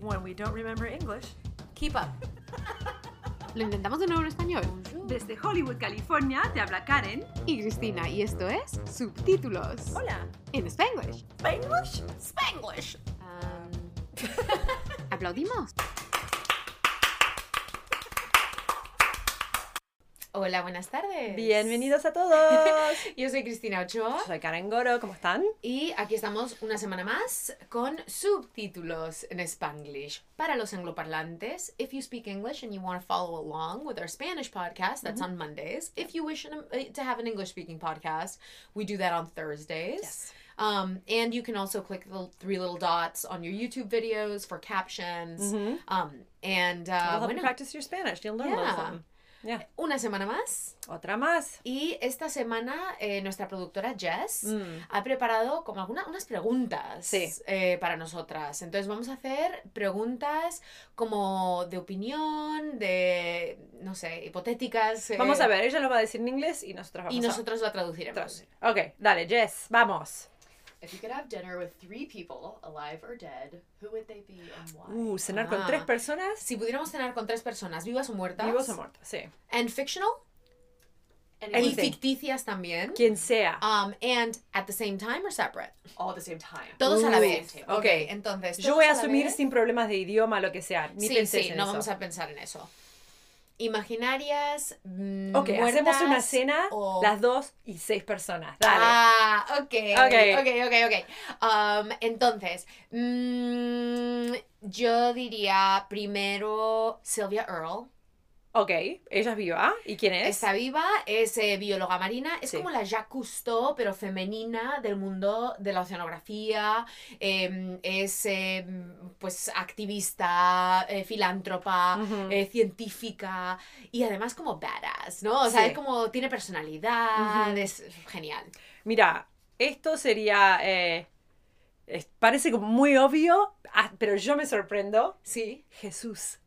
when we don't remember English. Keep up. Lo intentamos de nuevo en español. Desde Hollywood, California, te habla Karen. Y Cristina, y esto es Subtítulos. Hola. En Spanglish. English? Spanglish. Um, Aplaudimos. Hola, buenas tardes. Bienvenidos a todos. Yo soy Cristina Ochoa Soy Karen Goro, ¿cómo están? y aquí estamos una semana más con subtítulos en Spanglish. Para los angloparlantes, if you speak English and you want to follow along with our Spanish podcast, that's on Mondays. If you wish an- uh, to have an English speaking podcast, we do that on Thursdays. Um, and you can also click the three little dots on your YouTube videos for captions. Um, and uh, I'll help you bueno, practice your Spanish. You'll learn a little Yeah. something. Yeah. una semana más. Otra más. Y esta semana eh, nuestra productora Jess ha preparado como algunas unas preguntas Mm. Sí. eh, para nosotras. Entonces vamos a hacer preguntas como de opinión, de, no sé, hipotéticas. eh, Vamos a ver, ella lo va a decir en inglés y nosotros vamos Y a nosotros la traduciremos. traducir. Ok, dale, Jess, vamos. If you could have dinner with three people, alive or dead, who would they be and why? Uh, cenar con Ah. tres personas, Si pudiéramos cenar con tres personas, vivas o muertas. vivos o muertos, sí. And fictional. Y Anything. ficticias también. Quien sea. Um, and at the same time or separate. All at the same time. Todos a la Uh, vez. sí. Ok, Ok. entonces. Yo todos voy a la asumir vez. sin problemas de idioma, lo que sea. Ni sí, pensé sí, en no eso. vamos a pensar en eso. Imaginarias. mm, Ok, hacemos muertas una cena, o- las dos y seis personas. Dale. Ah, ok. Ok. Ok, ok, ok. Um, entonces, mm, yo diría primero Sylvia Earle. Ok, ella es viva. ¿Y quién es? Está viva, es eh, bióloga marina, es Sí. como la Jacques Cousteau, pero femenina del mundo de la oceanografía, eh, es eh, pues activista, eh, filántropa, Ujú. eh, científica y además como badass, ¿no? O sea, Sí. es como tiene personalidad, Ujú. es genial. Mira, esto sería. eh, es- parece como muy obvio, ah, pero yo me sorprendo. Sí. Jesús.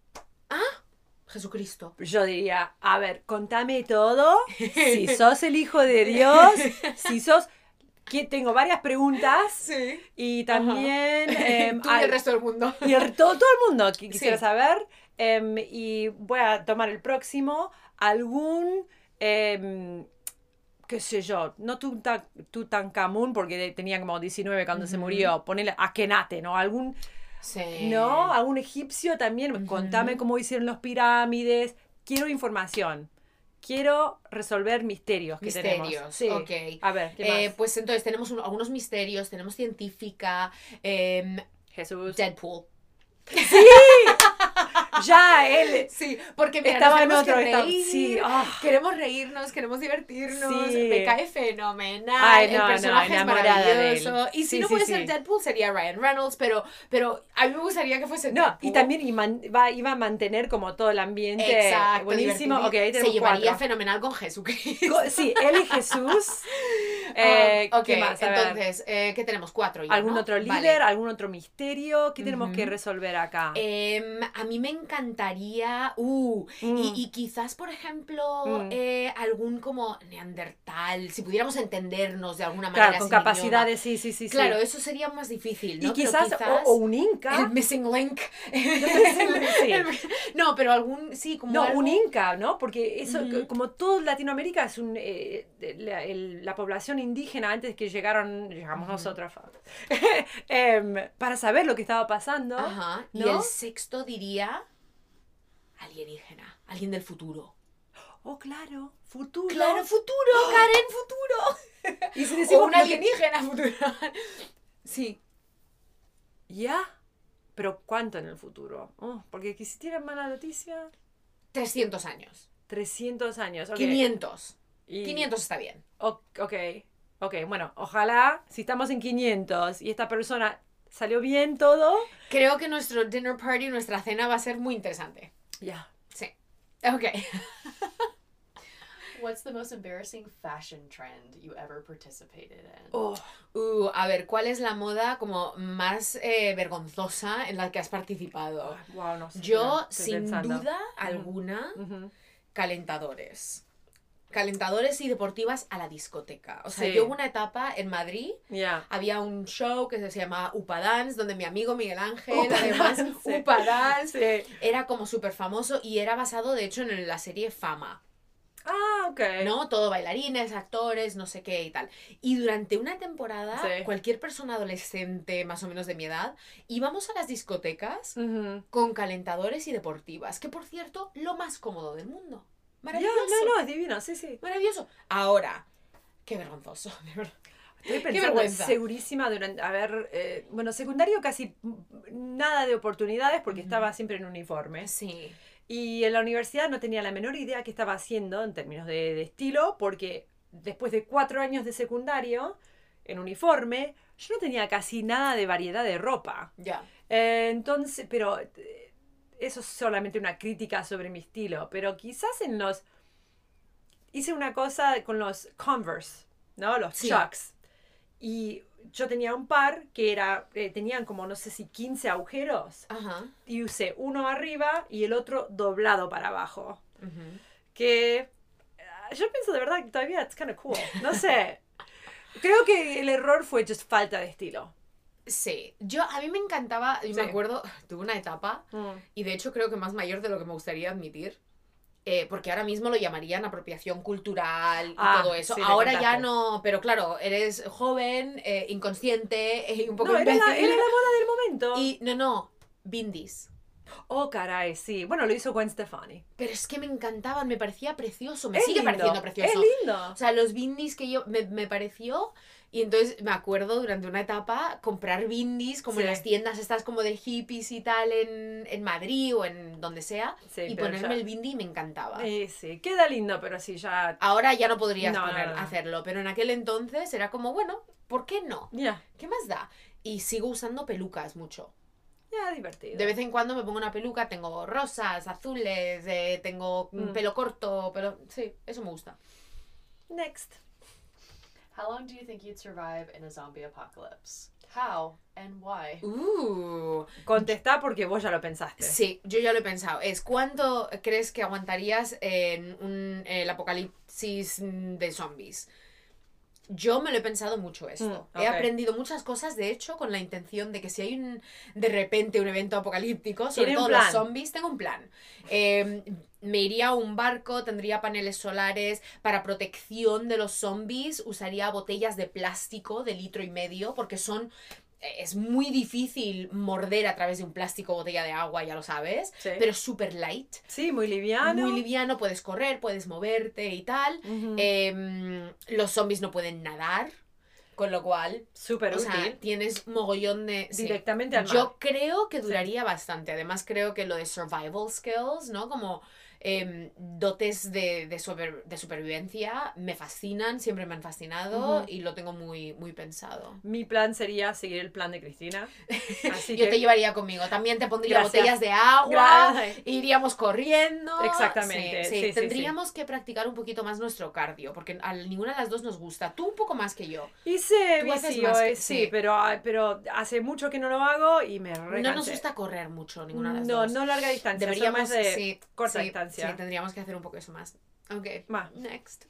Jesucristo. Yo diría, a ver, contame todo. Si sos el hijo de Dios, si sos. que tengo varias preguntas Sí. y también. em, Tú y al- el resto del mundo. Y el- todo, todo el mundo qui- quisiera Sí. saber. em, y voy a tomar el próximo. Algún. em, qué sé yo, no Tutan- Tutankamón, porque de- tenía como 19 cuando se murió, ponele Akenate, ¿no? Algún, Sí. ¿no? Algún egipcio también, contame cómo hicieron las pirámides, quiero información, quiero resolver misterios que tenemos. Misterios, Sí. ok. A ver, ¿qué Eh, más? pues entonces tenemos un- algunos misterios, tenemos científica, em, Jesús. Deadpool. Ya, él Sí, porque mira, nos estaba en tenemos otro, que estaba- reír, sí, ah. queremos reírnos, queremos divertirnos, Sí. me cae fenomenal, Ay, no, no, el personaje es enamorada de él. maravilloso, y si Sí, no sí, puede sí. ser Deadpool sería Ryan Reynolds, pero, pero a mí me gustaría que fuese No, y Deadpool. también y man- va- iba a mantener como todo el ambiente. Exacto, Buenísimo. divertidísimo. Ok, ahí se tenemos llevaría cuatro. fenomenal con Jesucristo. Co- Sí, él y Jesús. Eh, Um, ok, ¿Qué más? A ver, entonces, eh, ¿qué tenemos? Cuatro ya, ¿Algún ¿no? otro Vale. líder? ¿Algún otro misterio? ¿Qué tenemos que Ujú. resolver acá? Em, a mí me encantaría, uh, Mm. y, y quizás, por ejemplo, Mm. eh, algún como neandertal, si pudiéramos entendernos de alguna manera. claro, con sin idioma. capacidades, sí, sí, sí. sí. Claro, eso sería más difícil, ¿no? y Pero quizás, o- O, un el inca. missing link. Sí. no, pero algún, sí, como No, algo- un inca, ¿no? Porque eso, Ujú. c- como todo Latinoamérica, es un, eh, de- la, el- la población indígena antes que llegaron, llegamos Ujú. nosotros, fa- em, para saber lo que estaba pasando. Ajá, y ¿no? el sexto diría alienígena, alguien del futuro. Oh, claro, futuro. Claro, futuro, ¡Ah! Karen, futuro. Y si o decimos una que no te- alienígena futura. Sí, Ya. Pero ¿cuánto en el futuro? Oh, porque que si tienen mala noticia, 300 años. 300 años. ok. 500. Y- 500 está bien. O- ok, ok. Bueno, ojalá si estamos en 500 y esta persona salió bien todo. Creo que nuestro dinner party, nuestra cena va a ser muy interesante. Ya. Sí. Ok. What's the most embarrassing fashion trend you ever participated in? Oh, Uh, a ver, ¿cuál es la moda como más eh, vergonzosa en la que has participado? wow, no sé. Yo, mira, Ah, pues estoy sin pensando. duda alguna, Ujú. calentadores. calentadores y deportivas a la discoteca. O sea, Sí. yo hubo una etapa en Madrid, Yeah. había un show que se llamaba Upa Dance, donde mi amigo Miguel Ángel, Upa además, Dance. Upa Dance, Sí. era como súper famoso y era basado, de hecho, en la serie Fama. Ah, ok. ¿no? Todo bailarines, actores, no sé qué y tal. Y durante una temporada, Sí. cualquier persona adolescente, más o menos de mi edad, íbamos a las discotecas Mhm. con calentadores y deportivas, que por cierto, lo más cómodo del mundo. Ya, Maravilloso. no, no, es divino, sí, sí. Maravilloso. Ahora, qué vergonzoso, de verdad. Estoy pensando vergüenza. segurísima durante, a ver, eh, bueno, secundario casi mm, nada de oportunidades porque Ujú. estaba siempre en uniforme. Sí. Y en la universidad no tenía la menor idea qué estaba haciendo en términos de, de estilo, porque después de cuatro años de secundario, en uniforme, yo no tenía casi nada de variedad de ropa. Ya. Eh, entonces, pero eh, eso es solamente una crítica sobre mi estilo, pero quizás en los... Hice una cosa con los Converse, ¿no? Los Sí. Chucks. Y yo tenía un par que era, eh, tenían como, no sé si 15 agujeros Ajá. y usé uno arriba y el otro doblado para abajo. Ujú. Que eh, yo pienso de verdad que todavía es kind of cool. No sé. Creo que el error fue just falta de estilo. Sí, yo a mí me encantaba, yo me Sí. acuerdo, tuve una etapa y de hecho creo que más mayor de lo que me gustaría admitir, eh, porque ahora mismo lo llamarían apropiación cultural y Ah, todo eso. sí, me ahora ya contaste. no, pero claro, eres joven, eh, inconsciente eh, y un poco No, era la, imbécil. era la moda del momento. Y no, no, bindis. Oh, caray, sí. Bueno, lo hizo Gwen Stefani. Pero es que me encantaban, me parecía precioso, me Es sigue lindo, pareciendo precioso. Es lindo. O sea, los bindis que yo me, me pareció. Y entonces me acuerdo durante una etapa comprar bindis, como en Sí. las tiendas estas como de hippies y tal en, en Madrid o en donde sea. Sí, y pero ponerme ya- el bindi me encantaba. Sí, sí. Queda lindo, pero sí, ya. Ahora ya no podrías No, poner- no, no. hacerlo, pero en aquel entonces era como, bueno, ¿por qué no? Ya. ¿Qué más da? Y sigo usando pelucas mucho. Ya, divertido. De vez en cuando me pongo una peluca, tengo rosas, azules, eh, tengo mm, Mm. pelo corto, pero sí, eso me gusta. Next. How long do you think you'd survive in a zombie apocalypse? How and why? Uh, Contestá porque vos ya lo pensaste. Sí, yo ya lo he pensado. Es cuánto crees que aguantarías en un, el apocalipsis mm, de zombies. Yo me lo he pensado mucho esto. Mm, He ok. aprendido muchas cosas, de hecho, con la intención de que si hay un, de repente un evento apocalíptico, sobre Tiene todo un los plan. zombies, tengo un plan. Eh, me iría a un barco, tendría paneles solares para protección de los zombies, usaría botellas de plástico de litro y medio, porque son eh, es muy difícil morder a través de un plástico botella de agua, ya lo sabes, Sí. pero es súper light, Sí, muy liviano. muy liviano, puedes correr, puedes moverte y tal. Ujú. Em, los zombies no pueden nadar, con lo cual, Súper o útil. sea, tienes mogollón de... sí. Directamente al mar. Yo creo que duraría bastante, además creo que lo de survival skills, ¿no? Como em, dotes de, de, sobre- de supervivencia me fascinan, siempre me han fascinado Ujú. y lo tengo muy, muy pensado. Mi plan sería seguir el plan de Cristina. Así Yo que te llevaría conmigo. También te pondría Gracias. botellas de agua. Gracias. Iríamos corriendo. Exactamente, Sí, sí, sí. sí, sí. Tendríamos que practicar un poquito más nuestro cardio, porque a ninguna de las dos nos gusta. Tú un poco más que yo. hice Tú haces bici más que- hoy, sí, sí. pero, ah, pero hace mucho que no lo hago y me recansé. No nos gusta correr mucho, ninguna de las No, dos. no larga distancia, Deberíamos, son más de sí, corta sí, distancia. Sí, tendríamos que hacer un poco eso más. Ok. Va. Next.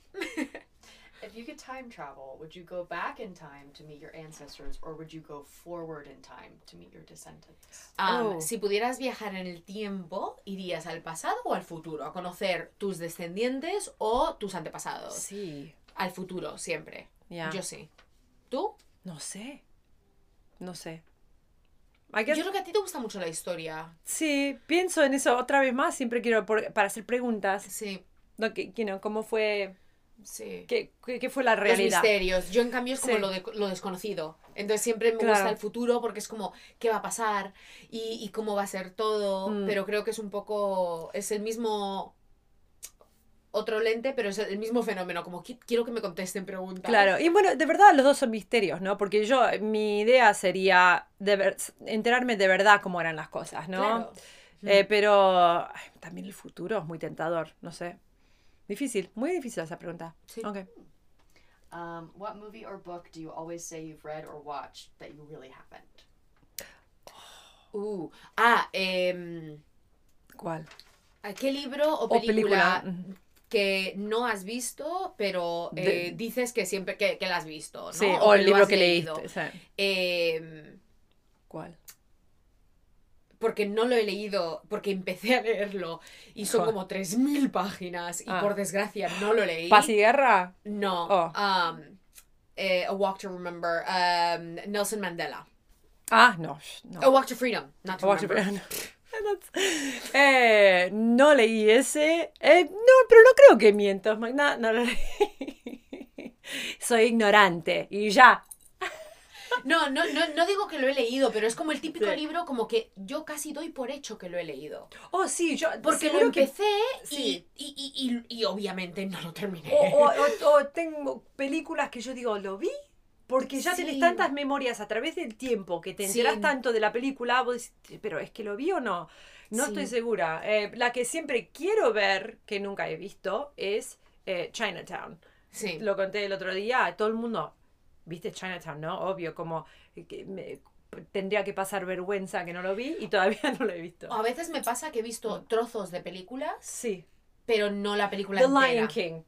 If you could time travel, would you go back in time to meet your ancestors or would you go forward in time to meet your descendants? Um, Oh. Si pudieras viajar en el tiempo, ¿irías al pasado o al futuro? A conocer tus descendientes o tus antepasados. Sí, Al futuro, siempre. ya. Yo sí. ¿Tú? No sé. No sé. Hay que- Yo creo que a ti te gusta mucho la historia. Sí, pienso en eso otra vez más. Siempre quiero, por- para hacer preguntas, Sí, no, que, you know, ¿cómo fue? sí. ¿Qué, qué, qué fue la realidad? Los misterios. Yo, en cambio, es como Sí. lo, de- lo desconocido. Entonces, siempre me Claro. gusta el futuro porque es como qué va a pasar y, y cómo va a ser todo. Mm. Pero creo que es un poco. Es el mismo. Otro lente, pero es el mismo fenómeno. Como qui- quiero que me contesten preguntas. Claro, y bueno, de verdad los dos son misterios, ¿no? Porque yo, mi idea sería de ver- enterarme de verdad cómo eran las cosas, ¿no? Claro. Mm. Eh, pero ay, también el futuro es muy tentador, no sé. Difícil, muy difícil esa pregunta. Sí. Ok. Um, what movie or book do you always say you've read or watched that you really haven't? Uh, ah, em, ¿Cuál? ¿a qué libro o O película, película, ujú. que no has visto, pero eh, De- dices que siempre que, que la has visto, ¿no? Sí, o, que el lo libro has que leído. leíste. sí. Eh, ¿Cuál? porque no lo he leído, porque empecé a leerlo y son Joder. como 3.000 páginas y Ah. por desgracia no lo leí. ¿Paz y guerra? No. Oh. Um, eh, A Walk to Remember, um, Nelson Mandela. Ah, no. sh- no. A Walk to Freedom, not to I watched it, remember. but- That's- Eh, no leí ese. Eh, no, pero no creo que mientas, Magna. No lo leí. Soy ignorante. Y ya. No, no, no, no digo que lo he leído, pero es como el típico Sí. libro como que yo casi doy por hecho que lo he leído. Oh, sí, yo. Porque lo seguro que- empecé y- sí. y, y- y- y obviamente no lo O, terminé. o- o- o tengo películas que yo digo, ¿lo vi? Porque ya Sí. tenés tantas memorias a través del tiempo que te Sí. enterás tanto de la película, vos decís, pero ¿es que lo vi o no? No Sí. estoy segura. Eh, la que siempre quiero ver, que nunca he visto, es eh, Chinatown. Sí. lo conté el otro día, todo el mundo, viste Chinatown, ¿no? Obvio, como que me- tendría que pasar vergüenza que no lo vi y todavía no lo he visto. A veces me pasa que he visto trozos de películas, Sí, pero no la película The entera. Lion King.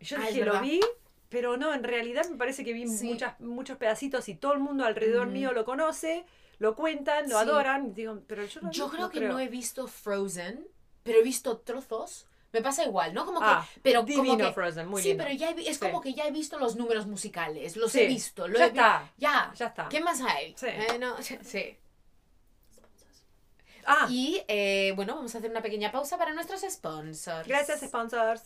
Yo Ah, es dije, lo verdad. vi, pero no, en realidad me parece que vi Sí. muchas, muchos pedacitos y todo el mundo alrededor Ujú. mío lo conoce, lo cuentan, lo Sí. adoran. Digo, pero yo no, Yo creo que creo. no he visto Frozen, pero he visto trozos. Me pasa igual, ¿no? Como que, Ah, pero Divino como que, Frozen, muy sí, lindo. pero ya he vi- es Sí. como que ya he visto los números musicales, los Sí. he visto, lo ya he vi- está, Ya. ya está. ¿Qué más hay? Sí. Eh, no, sí. Ah, Y eh, bueno, vamos a hacer una pequeña pausa para nuestros sponsors. gracias sponsors.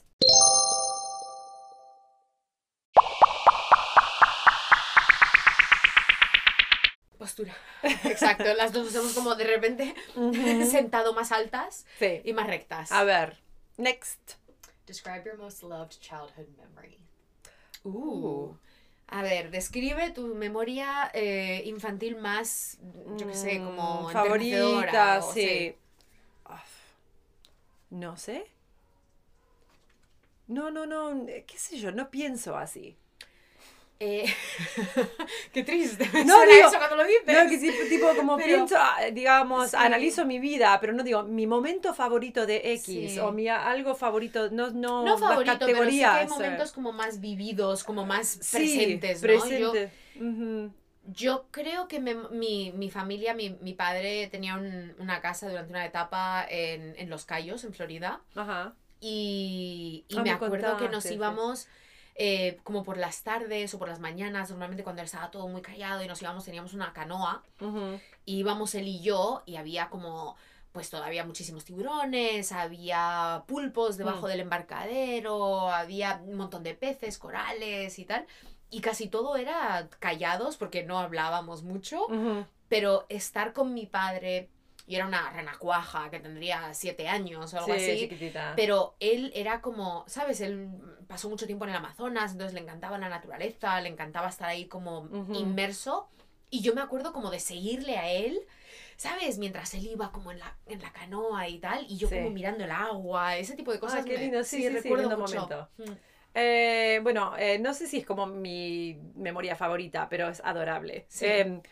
Postura. Exacto, las dos nos hemos como de repente Ujú. sentado más altas Sí. y más rectas. A ver, next. Describe your most loved childhood memory. Uh. A ver, describe tu memoria eh, infantil más, yo qué sé, como Mm, enternecedora favorita, o- sí. Uf. No sé. No, no, no, eh, qué sé yo, no pienso así. Eh, qué triste. No, No, digo- eso cuando lo dices. No, que tipo, tipo como Pero- pienso, ah, digamos, Sí. analizo mi vida, pero no digo mi momento favorito de X Sí. o mi a- algo favorito, no, no, No las favorito, pero sí que hay categorías, eh. momentos como más vividos, como más Sí, presentes, ¿no? Yo- presente. Ujú. Yo creo que me- mi, mi familia, mi, mi padre tenía un- una casa durante una etapa en, en Los Cayos, en Florida, Ajá. y, y Ah, me me acuerdo que nos contaste, sí. íbamos eh, como por las tardes o por las mañanas, normalmente cuando estaba todo muy callado y nos íbamos, teníamos una canoa, Ujú. y íbamos él y yo y había como, pues todavía muchísimos tiburones, había pulpos debajo Mm. del embarcadero, había un montón de peces, corales y tal. Y casi todo era callados porque no hablábamos mucho Ujú. pero estar con mi padre, yo era una renacuaja que tendría siete años o algo Sí, así, chiquitita. pero él era como, ¿sabes? Él pasó mucho tiempo en el Amazonas, entonces le encantaba la naturaleza, le encantaba estar ahí como Ujú. inmerso. Y yo me acuerdo como de seguirle a él, ¿sabes? Mientras él iba como en la, en la canoa y tal, y yo Sí. Ah, como mirando el agua, ese tipo de cosas. qué me- lindo, sí, sí, sí, lindo momento. Mm. Eh, bueno, eh, no sé si es como mi memoria favorita, pero es adorable. Sí. Eh,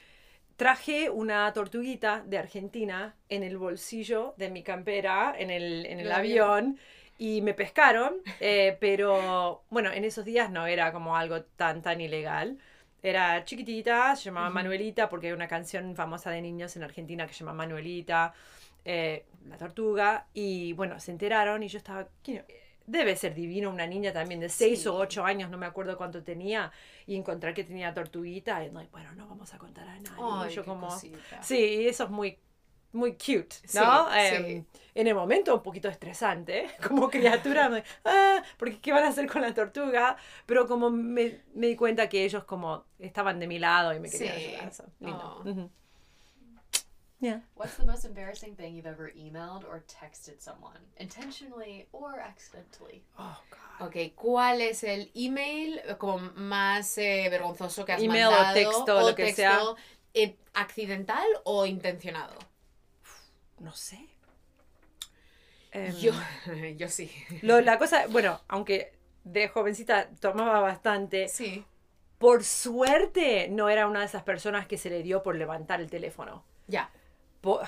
traje una tortuguita de Argentina en el bolsillo de mi campera, en el, en el El avión. avión. Y me pescaron, eh, pero bueno, en esos días no era como algo tan, tan ilegal. Era chiquitita, se llamaba Ujú. Manuelita, porque hay una canción famosa de niños en Argentina que se llama Manuelita, eh, la tortuga. Y bueno, se enteraron y yo estaba, "¿Quién- Debe ser divino una niña también de 6 Sí. o 8 años, no me acuerdo cuánto tenía, y encontrar que tenía tortuguita, y no, bueno, no vamos a contar a nadie. Y Ay, yo qué como, cosita. sí, y eso es muy, muy cute, Sí, ¿no? sí. Em, En el momento un poquito estresante, como criatura, me- ah, porque ¿qué van a hacer con la tortuga? Pero como me, me di cuenta que ellos como estaban de mi lado y me querían Sí. ayudar, eso, lindo. Oh. Ujú. Yeah. What's the most embarrassing thing you've ever emailed or texted someone, intentionally or accidentally? Oh, God. Ok, ¿cuál es el email eh, como más eh, vergonzoso que has Email o mandado? texto, lo que sea. eh, ¿Accidental o intencionado? No sé. Em, Yo, yo sí. Lo- la cosa, bueno, aunque de jovencita tomaba bastante, Sí. por suerte no era una de esas personas que se le dio por levantar el teléfono. Ya. Po-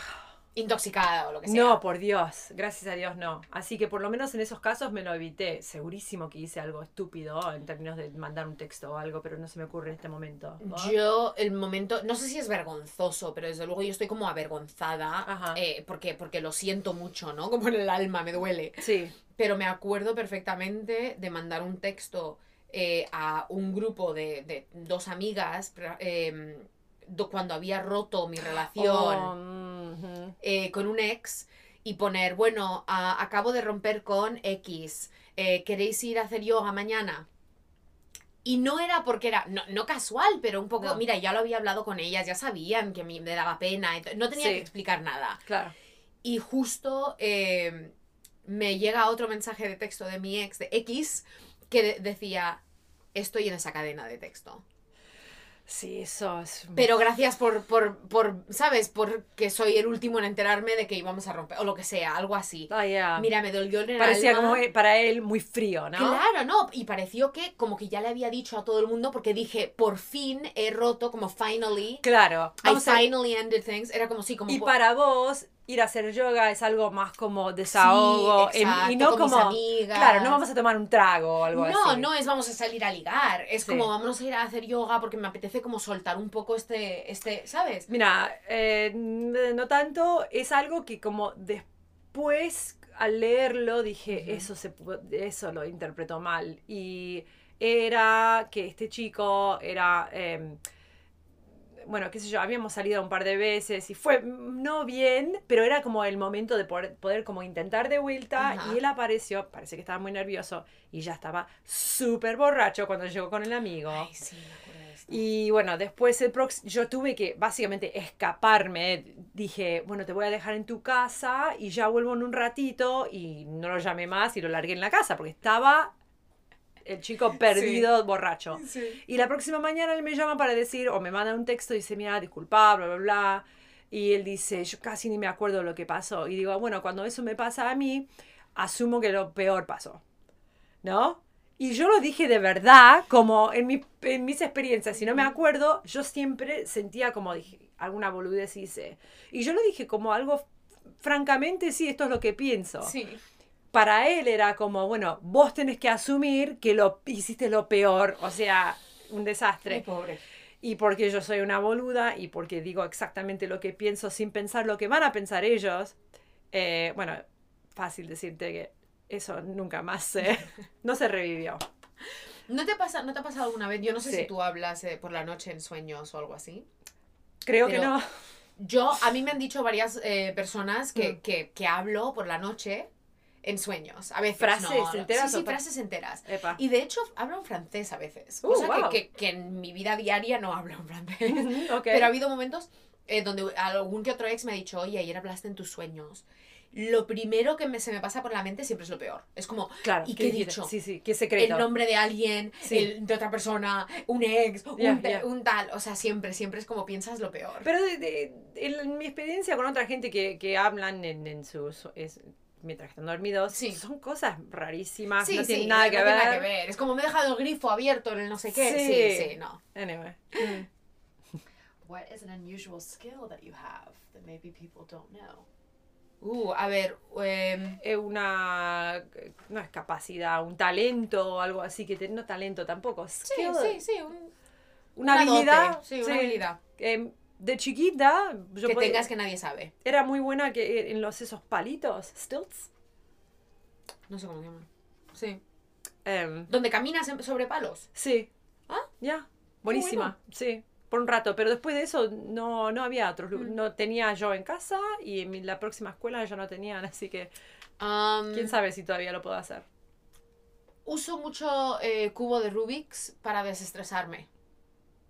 intoxicada o lo que sea. No, por Dios, gracias a Dios no. Así que por lo menos en esos casos me lo evité. Segurísimo que hice algo estúpido en términos de mandar un texto o algo, pero no se me ocurre en este momento. ¿Vos? Yo, el momento, no sé si es vergonzoso, pero desde luego yo estoy como avergonzada Ajá. eh, porque, porque lo siento mucho, ¿no? Como en el alma me duele. Sí, Pero me acuerdo perfectamente de mandar un texto eh, a un grupo de, de dos amigas pra- eh, do- cuando había roto mi relación Oh, mhm. eh, con un ex y poner, bueno, a- acabo de romper con X, eh, ¿queréis ir a hacer yoga mañana? Y no era porque era, no, no casual, pero un poco, No. mira, ya lo había hablado con ellas, ya sabían que a mí me daba pena, ento- no tenía Sí. que explicar nada. Claro. Y justo eh, me llega otro mensaje de texto de mi ex, de X, que de- decía, estoy en esa cadena de texto. Sí, eso es. Pero gracias por, por, por, ¿sabes? Porque soy el último en enterarme de que íbamos a romper, o lo que sea, algo así. Ah, ya. Mira, me dolió en el Parecía alma. como eh, para él muy frío, ¿no? Claro, no, y pareció que como que ya le había dicho a todo el mundo porque dije, por fin he roto, como finally, Claro. I Vamos a- finally ended things, era como sí, como... Y po- para vos, ir a hacer yoga es algo más como desahogo. Sí, en- y exacto, no con mis como. amigas. Claro, no vamos a tomar un trago o algo No, así. no es vamos a salir a ligar, es Sí. como vamos a ir a hacer yoga porque me apetece como soltar un poco este, este ¿sabes? Mira, eh, no tanto, es algo que como después al leerlo dije, Ujú. eso, se, pu- eso lo interpretó mal. Y era que este chico era, eh, bueno, qué sé yo, habíamos salido un par de veces y fue mm, no bien, pero era como el momento de poder, poder como intentar de vuelta Ajá. y él apareció, parece que estaba muy nervioso y ya estaba súper borracho cuando llegó con el amigo. Ay, sí, me acuerdo de esto. Y bueno, después el prox- yo tuve que básicamente escaparme. Dije, bueno, te voy a dejar en tu casa y ya vuelvo en un ratito. Y no lo llamé más y lo largué en la casa porque estaba el chico perdido, borracho. Y la próxima mañana él me llama para decir, o me manda un texto y dice, mira, disculpa, bla, bla, bla. Y él dice, yo casi ni me acuerdo lo que pasó. Y digo, bueno, cuando eso me pasa a mí, asumo que lo peor pasó. ¿No? Y yo lo dije de verdad, como en, mi- en mis experiencias, si no me acuerdo, yo siempre sentía como dije, alguna boludez hice. Y yo lo dije como algo, francamente, sí, esto es lo que pienso Sí. para él era como, bueno, vos tenés que asumir que lo hiciste lo peor, o sea, un Ay, desastre. pobre. Y porque yo soy una boluda y porque digo exactamente lo que pienso sin pensar lo que van a pensar ellos, eh, bueno, fácil decirte que eso nunca más se, no se revivió. ¿No te, pasa, ¿No te ha pasado alguna vez? Yo no sé Sí. si tú hablas eh, por la noche en sueños o algo así. Creo que Pero- no. Yo, a mí me han dicho varias eh, personas que, Mm. que, que hablo por la noche en sueños. A veces. ¿Frases no, no. enteras Sí, o sí, pa- frases enteras. Epa. Y de hecho, hablo en francés a veces. Uh, cosa que- wow. que, que en mi vida diaria no hablo en francés. Ujú, ok. Pero ha habido momentos eh, donde algún que otro ex me ha dicho, oye, ayer hablaste en tus sueños. Lo primero que me- se me pasa por la mente siempre es lo peor. Es como, claro, ¿y qué he dijiste? dicho? Sí, sí, qué el secreto. nombre de alguien, Sí. el de otra persona, un ex, un, Ya, te- ya. un tal. O sea, siempre, siempre es como piensas lo peor. Pero de- de- en mi experiencia con otra gente que, que hablan en, en sus... es- mientras están dormidos, Sí. son cosas rarísimas, sí, no tienen sí, nada, no que, tiene ver. nada que ver. Es como me he dejado el grifo abierto en el no sé qué. Sí, Sí. sí, no. Anyway. Mm. What is an unusual skill that you have that maybe people don't know? Uh, a ver, em, Es una... no es capacidad, un talento o algo así, que te- no talento tampoco. sí, skill. sí, sí, un- Una, dote, habilidad. Sí, una habilidad. Eh, de chiquita, yo que pod- tengas que nadie sabe. era muy buena que en los esos palitos, stilts. No sé cómo se llaman. Sí. Em, Donde caminas en- sobre palos. Sí. Ah, Ya. Buenísima. Sí. Por un rato, pero después de eso no, no había otros. lu- Mm. No tenía yo en casa y en mi- la próxima escuela ya no tenían, así que Am, quién sabe si todavía lo puedo hacer. Uso mucho eh, cubo de Rubik's para desestresarme.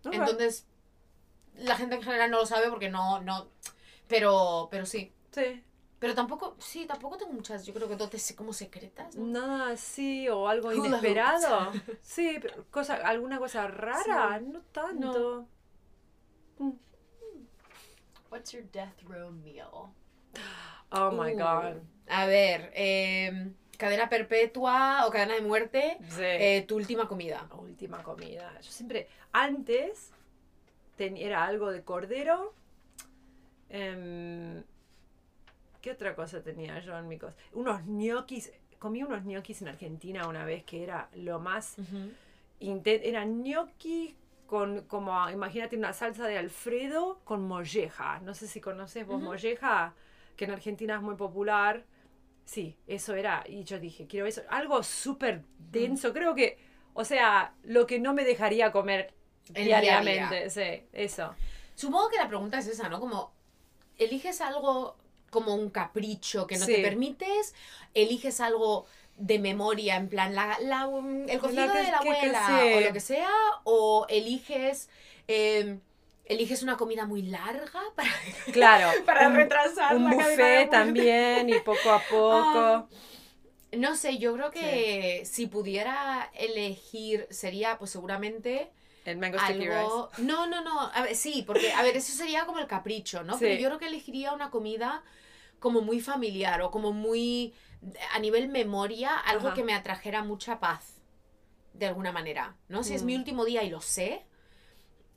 Ok. Entonces, la gente en general no lo sabe porque no, no. Pero, pero sí. sí. Pero tampoco, sí, tampoco tengo muchas, yo creo que dotes como secretas, ¿no? Nada así o algo Hula hoops. inesperado. Sí, pero cosa, alguna cosa rara, no tanto. What's your death row meal? Oh my Uh, god. A ver, em, cadena perpetua o cadena de muerte, Sí. eh, tu última comida. Última comida. Yo siempre, antes, ten- era algo de cordero. em, ¿Qué otra cosa tenía yo en mi cosa? Unos ñoquis. Comí unos ñoquis en Argentina una vez que era lo más. inte- Eran ñoquis con, como, imagínate, una salsa de Alfredo con molleja. No sé si conoces vos molleja, que en Argentina es muy popular. Sí, eso era. Y yo dije, quiero eso. Algo súper Mm. denso. Creo que, o sea, lo que no me dejaría comer El día a día. diariamente. Sí, eso. Supongo que la pregunta es esa, ¿no? Como, ¿eliges algo como un capricho que no te Sí. permites? ¿Eliges algo de memoria, en plan, la, la- um, el cocido que- de la que- que abuela sé. o lo que sea? ¿O eliges, eh, eliges una comida muy larga para, Claro. para un- retrasar un la cadena de Ah, buffet muerte? también y poco a poco. No sé, yo creo que si pudiera elegir sería pues seguramente el mango sticky rice. algo... No, no, no. A ver, sí, porque, a ver, eso sería como el capricho, ¿no? Sí. Pero yo creo que elegiría una comida como muy familiar o como muy... A nivel memoria, algo Ajá. que me atrajera mucha paz, de alguna manera, ¿no? Si es mi Mm. último día y lo sé,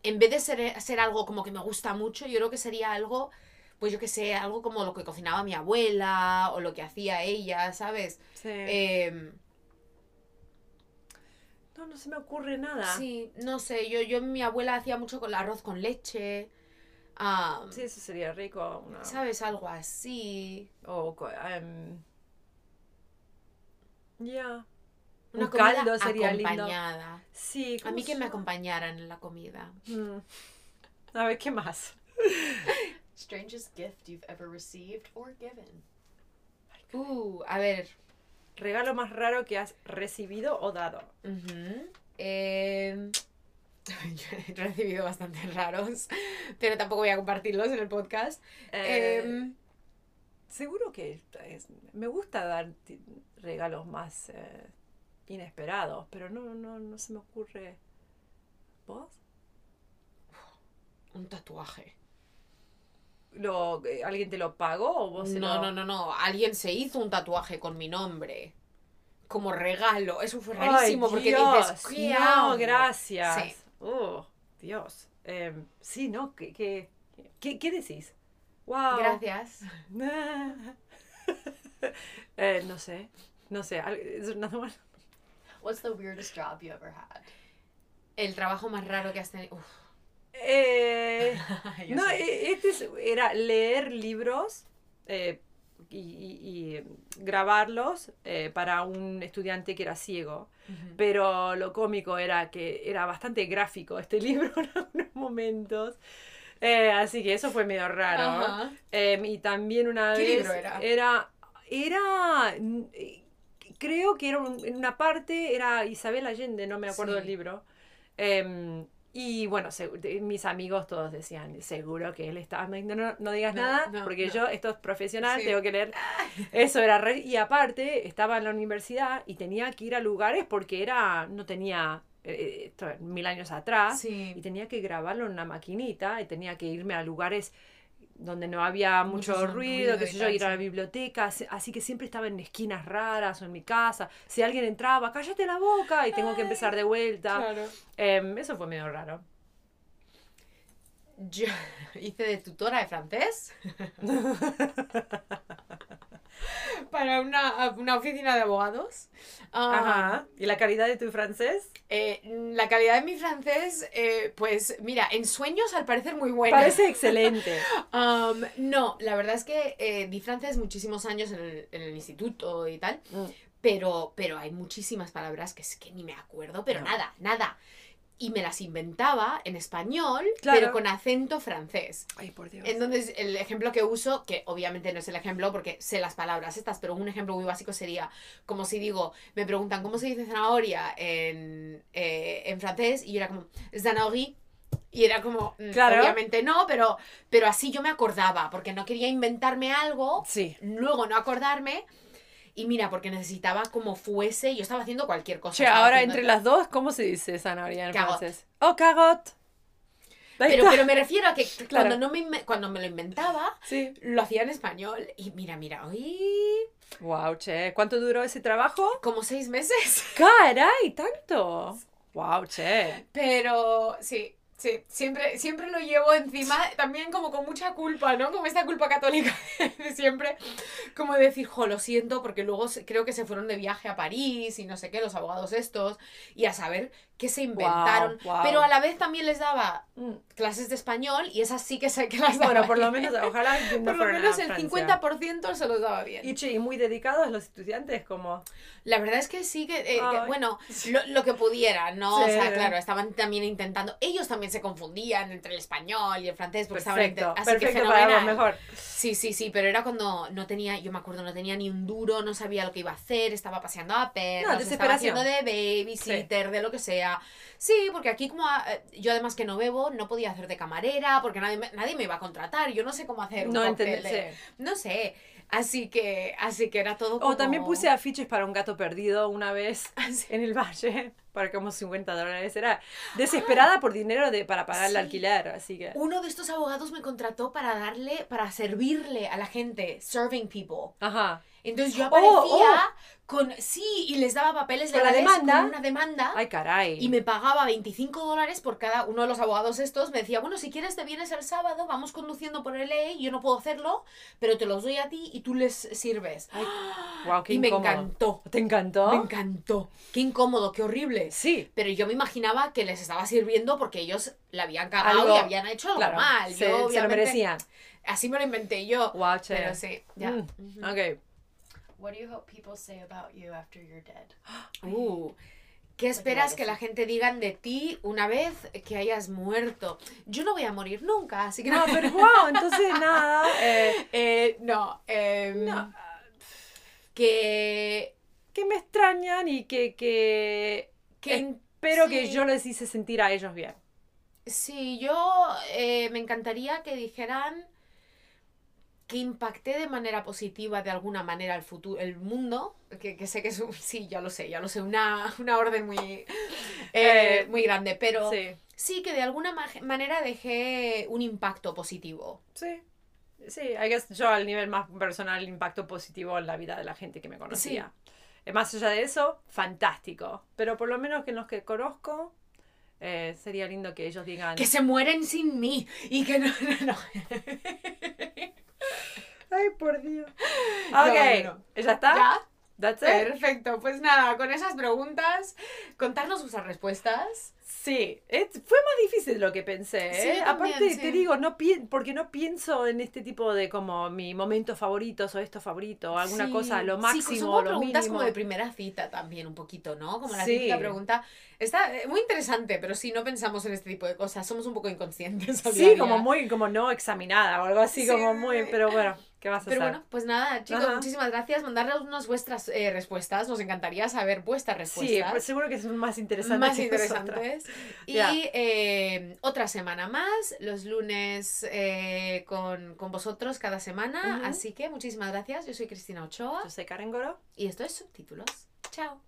en vez de ser, ser algo como que me gusta mucho, yo creo que sería algo... Pues yo que sé, algo como lo que cocinaba mi abuela o lo que hacía ella, ¿sabes? Sí. Eh, no, no se me ocurre nada. Sí, Sí, no sé, yo, yo mi abuela hacía mucho con arroz con leche, ah, eso sería rico. una- ¿sabes? Algo así. o co- em, ya. Una Un comida caldo sería lindo. acompañada. Sí. A ¿cómo mí que se me llama? acompañaran en la comida. Mm. A ver, ¿qué más? Strangest gift you've ever received or given. Uh, a ver. ¿Regalo más raro que has recibido o dado? ujú, eh, yo he recibido bastantes raros, pero tampoco voy a compartirlos en el podcast. Eh, Em, seguro que es- me gusta dar ti- regalos más eh, inesperados, pero no, no, no se me ocurre. ¿Vos? un tatuaje. lo, eh, ¿Alguien te lo pagó o vos se No, lo- no, no, no. Alguien se hizo un tatuaje con mi nombre. Como regalo. Eso fue Ay, rarísimo porque Dios, dices, ¿qué no, hago?". gracias. Sí. Oh, Dios. Em, sí, ¿no? ¿Qué, qué, qué, qué decís? Wow. Gracias. Eh, no sé, no sé. al- is there another one? What's the weirdest job you ever had? El trabajo más raro que has tenido. Uf. Eh, Yo no, sé. e- este es- era leer libros eh, y, y- y, eh, grabarlos eh, para un estudiante que era ciego. Ujú. Pero lo cómico era que era bastante gráfico este libro en algunos momentos. Eh, así que eso fue medio raro. Ajá. Em, y también una ¿Qué vez. libro era? Era. era, mm, eh, creo que era un- en una parte era Isabel Allende, no me acuerdo Sí. del libro. Em, y bueno, se- de- mis amigos todos decían, seguro que él está. No, no, no digas No, nada, no, porque no. yo, esto es profesional, Sí. tengo que leer. Eso era re- Y aparte, estaba en la universidad y tenía que ir a lugares porque era. No tenía. eh, esto, mil años atrás. Y Sí. tenía que grabarlo en una maquinita y tenía que irme a lugares donde no había mucho Mucho ruido, ruido qué y sé yo, tal, ir a la sí. biblioteca, así- así que siempre estaba en esquinas raras o en mi casa. Si alguien entraba, cállate la boca y tengo que empezar de vuelta. Em, eso fue medio raro. Yo hice de tutora de francés para una, una oficina de abogados. Ah, Ajá. ¿Y la calidad de tu francés? eh, la calidad de mi francés, eh, pues mira, en sueños al parecer muy buena. Parece excelente. Um, no, la verdad es que eh, di francés muchísimos años en el, en el instituto y tal, Mm. pero, pero hay muchísimas palabras que es que ni me acuerdo, pero No. nada, nada. Y me las inventaba en español, Claro. pero con acento francés. Ay, por Dios. Entonces, el ejemplo que uso, que obviamente no es el ejemplo porque sé las palabras estas, pero un ejemplo muy básico sería como si digo, me preguntan cómo se dice zanahoria en, eh, en francés y yo era como, zanahorie. Y era como, mm, Claro. obviamente no, pero, pero así yo me acordaba, porque no quería inventarme algo, Sí. luego no acordarme. Y mira, porque necesitaba como fuese, yo estaba haciendo cualquier cosa. Che, estaba ahora haciendo- entre las dos, ¿cómo se dice zanahoria en Cagot. francés? Oh, cagot. Ahí Pero, está. pero me refiero a que Claro. cuando, no me, inve- cuando me lo inventaba, Sí. lo hacía en español y mira, mira, hoy Wow, che. ¿Cuánto duró ese trabajo? como seis meses. Caray, tanto. Wow, che. Pero sí, Sí, siempre, siempre lo llevo encima, también como con mucha culpa, ¿no? Como esta culpa católica de siempre, como de decir, jo, lo siento, porque luego se- creo que se fueron de viaje a París y no sé qué, los abogados estos, y a saber qué se inventaron. guau. Pero a la vez también les daba mm, clases de español y esas sí que sé que las daba. Bueno, por lo bien. menos, ojalá que no Por lo fueran a menos el Francia. 50% se los daba bien. Y che, y muy dedicados los estudiantes, como. La verdad es que sí, que, eh, que, Ay. bueno, lo, lo que pudiera, ¿no? O Sí. sea, claro, estaban también intentando, ellos también se confundían entre el español y el francés, porque Perfecto, estaban inte- así que perfecto para algo fenomenal. mejor. Sí, sí, sí, pero era cuando no tenía, yo me acuerdo, no tenía ni un duro, no sabía lo que iba a hacer, estaba paseando a perros, estaba desesperación. haciendo de babysitter, de lo que sea. Sí, porque aquí como a- eh, yo además que no bebo, no podía hacer de camarera, porque nadie me, nadie me iba a contratar, yo no sé cómo hacer un No cóctel entendí, de- no sé. Así que, así que era todo O también como- puse afiches para un gato perdido una vez en el valle. Para como 50 dólares. Era desesperada por dinero de, para pagar el Sí. alquiler. Así que. Uno de estos abogados me contrató para darle, para servirle a la gente, serving people. Ajá. Entonces yo Oh, oh. aparecía con, sí, y les daba papeles Con la legales demanda. con una demanda. Ay, caray. Ah. Y me pagaba 25 dólares por cada uno de los abogados estos. Me decía, bueno, si quieres te vienes el sábado, vamos conduciendo por el ley, yo no puedo hacerlo, pero te los doy a ti y tú les sirves. Guau, qué y me incómodo. encantó. ¿Te encantó? Me encantó. Qué incómodo, qué horrible. Sí. Pero yo me imaginaba que les estaba sirviendo porque ellos la habían cagado Algo, y habían hecho algo Claro. mal. se, se yo, lo obviamente, merecían. Así me lo inventé yo. Guau, che. Pero sí, ya. Mm, Ujú. Ok. What do you hope people say about you after you're dead? Uh, ¿Qué esperas que la gente digan de ti una vez que hayas muerto? Yo no voy a morir nunca, así que No, no. pero wow, entonces nada. eh, Eh, no, em, No. Que, que me extrañan y que, que, que Eh. espero que sí. yo les hice sentir a ellos bien. sí, yo eh, me encantaría que dijeran que impacté de manera positiva de alguna manera el futuro, el mundo, que, que sé que es un, sí, ya lo sé, ya lo sé, una, una orden muy, eh, Eh, muy grande, pero sí. Sí, que de alguna ma- manera dejé un impacto positivo. sí. Sí, I guess yo al nivel más personal impacto positivo en la vida de la gente que me conocía. Eh, Más allá de eso, fantástico. Pero por lo menos que en los que conozco, eh, sería lindo que ellos digan... Que se mueren sin mí y que no, no, no. Ay, por Dios. Ah, Ok, No, no. ¿ya está? ¿Ya? That's it. Perfecto, pues nada, con esas preguntas, contarnos sus respuestas. Sí, es- fue más difícil de lo que pensé. Sí, ¿eh? yo también, Aparte, sí. te digo, no pien- porque no pienso en este tipo de como mi momentos favoritos o esto favorito, o alguna Sí. cosa, lo Sí, máximo, que son o como lo preguntas mínimo. como de primera cita también, un poquito, ¿no? Como la Sí. típica pregunta. Está eh, muy interesante, pero sí, no pensamos en este tipo de cosas, somos un poco inconscientes. al día Sí, a como día. muy, como no examinada o algo así, Sí, como sí, muy, sí. pero bueno, ¿qué vas a Pero hacer? bueno, pues nada, chicos, Ajá. muchísimas gracias. Mandarnos vuestras eh, respuestas, nos encantaría saber vuestras sí, respuestas. pues seguro que son más interesantes. más que nosotras. interesantes. Y Ya. eh, otra semana más, los lunes eh, con, con vosotros cada semana. Ujú. Así que muchísimas gracias. Yo soy Cristina Ochoa Yo soy Karen Goro. y esto es Subtítulos. Chao.